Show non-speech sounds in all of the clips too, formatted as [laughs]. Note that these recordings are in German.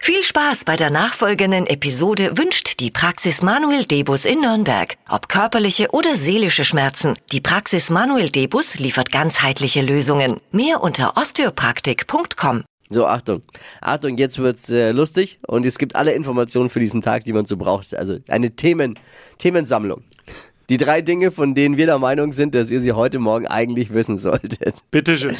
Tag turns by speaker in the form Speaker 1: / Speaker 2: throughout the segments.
Speaker 1: Viel Spaß bei der nachfolgenden Episode wünscht die Praxis Manuel Debus in Nürnberg. Ob körperliche oder seelische Schmerzen, die Praxis Manuel Debus liefert ganzheitliche Lösungen. Mehr unter osteopraktik.com.
Speaker 2: So, Achtung. Achtung, jetzt wird's äh, lustig und es gibt alle Informationen für diesen Tag, die man so braucht. Also eine Themen, Themensammlung. Die drei Dinge, von denen wir der Meinung sind, dass ihr sie heute Morgen eigentlich wissen solltet. [laughs]
Speaker 3: Bitteschön.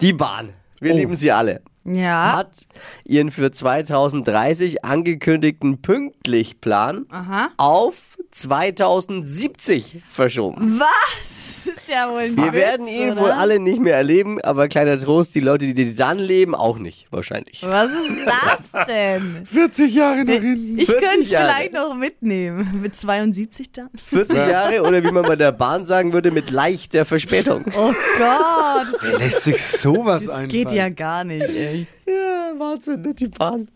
Speaker 2: Die Bahn. Wir lieben sie alle.
Speaker 4: Oh. Ja.
Speaker 2: Hat ihren für 2030 angekündigten Pünktlichplan
Speaker 4: Aha.
Speaker 2: auf 2070 verschoben.
Speaker 4: Was? Das ist ja wohl ein
Speaker 2: Wir
Speaker 4: Witz,
Speaker 2: werden ihn
Speaker 4: oder?
Speaker 2: wohl alle nicht mehr erleben, aber kleiner Trost, die Leute, die dann leben, auch nicht, wahrscheinlich.
Speaker 4: Was ist das denn?
Speaker 3: 40 Jahre nach hinten.
Speaker 4: Ich
Speaker 2: 40
Speaker 4: könnte es
Speaker 2: Jahre.
Speaker 4: vielleicht noch mitnehmen. Mit 72 dann?
Speaker 2: 40 Jahre oder wie man bei der Bahn sagen würde, mit leichter Verspätung.
Speaker 4: Oh Gott, das
Speaker 3: Wer lässt sich sowas einfallen?
Speaker 4: geht ja gar nicht, ey.
Speaker 2: [laughs] Ja, Wahnsinn, ne, die Bahn.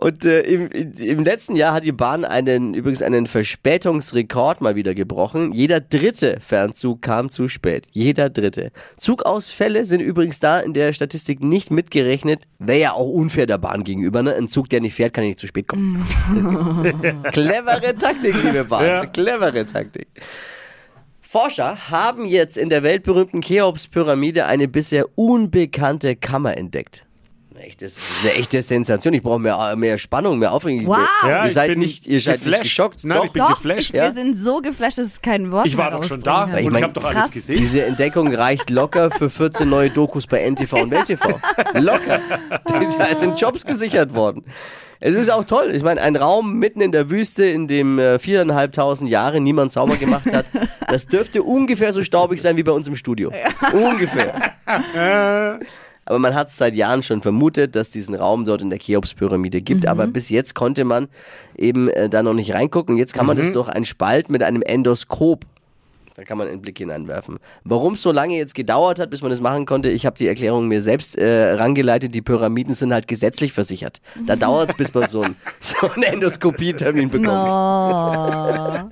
Speaker 2: Und äh, im, im letzten Jahr hat die Bahn einen, übrigens einen Verspätungsrekord mal wieder gebrochen. Jeder dritte Fernzug kam zu spät. Jeder dritte. Zugausfälle sind übrigens da in der Statistik nicht mitgerechnet. Wäre ja auch unfair der Bahn gegenüber. Ne? Ein Zug, der nicht fährt, kann nicht zu spät kommen. Clevere Taktik, liebe Bahn.
Speaker 3: Ja.
Speaker 2: Clevere Taktik. Forscher haben jetzt in der weltberühmten Cheops-Pyramide eine bisher unbekannte Kammer entdeckt. Eine echte, eine echte Sensation. Ich brauche mehr, mehr Spannung, mehr Aufregung.
Speaker 4: Wow.
Speaker 3: Ja,
Speaker 2: ihr
Speaker 3: ich
Speaker 2: seid
Speaker 3: bin
Speaker 2: nicht, ihr seid
Speaker 3: geflasht.
Speaker 2: nicht geschockt.
Speaker 3: Nein, ich bin
Speaker 4: Doch,
Speaker 3: geflasht.
Speaker 4: ich,
Speaker 2: ja?
Speaker 4: wir sind so geflasht, dass es kein Wort
Speaker 3: Ich war
Speaker 4: mehr
Speaker 3: doch schon da und
Speaker 4: rausbringen kann.
Speaker 2: Ich
Speaker 3: ich,
Speaker 2: mein,
Speaker 3: habe doch alles
Speaker 4: krass.
Speaker 3: gesehen.
Speaker 2: Diese Entdeckung reicht locker für 14 neue Dokus bei NTV und WeltTV. Locker. [laughs] Da sind Jobs gesichert worden. Es ist auch toll. Ich meine, ein Raum mitten in der Wüste, in dem äh, viereinhalbtausend Jahre niemand sauber gemacht hat, das dürfte ungefähr so staubig sein wie bei uns im Studio. Ungefähr. Aber man hat es seit Jahren schon vermutet, dass diesen Raum dort in der Cheops-Pyramide gibt. Aber bis jetzt konnte man eben äh, da noch nicht reingucken. Jetzt kann man das durch einen Spalt mit einem Endoskop. Da kann man einen Blick hineinwerfen. Warum es so lange jetzt gedauert hat, bis man das machen konnte, ich habe die Erklärung mir selbst äh, rangeleitet. Die Pyramiden sind halt gesetzlich versichert. Da dauert es, bis man so, ein, so einen Endoskopietermin bekommt.
Speaker 4: No.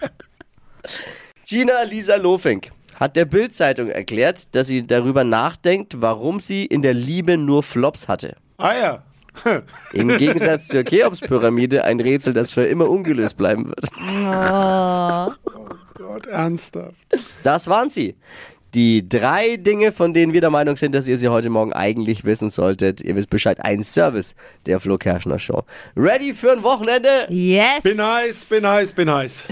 Speaker 2: Gina Lisa Lofink hat der Bild-Zeitung erklärt, dass sie darüber nachdenkt, warum sie in der Liebe nur Flops hatte.
Speaker 3: Ah ja.
Speaker 2: Im Gegensatz zur Cheops-Pyramide ein Rätsel, das für immer ungelöst bleiben wird.
Speaker 3: Gott, ernsthaft.
Speaker 2: Das waren sie. Die drei Dinge, von denen wir der Meinung sind, dass ihr sie heute Morgen eigentlich wissen solltet. Ihr wisst Bescheid, ein Service der Flo Kerschner Show. Ready für ein Wochenende?
Speaker 4: Yes.
Speaker 3: Bin heiß, bin heiß, bin heiß.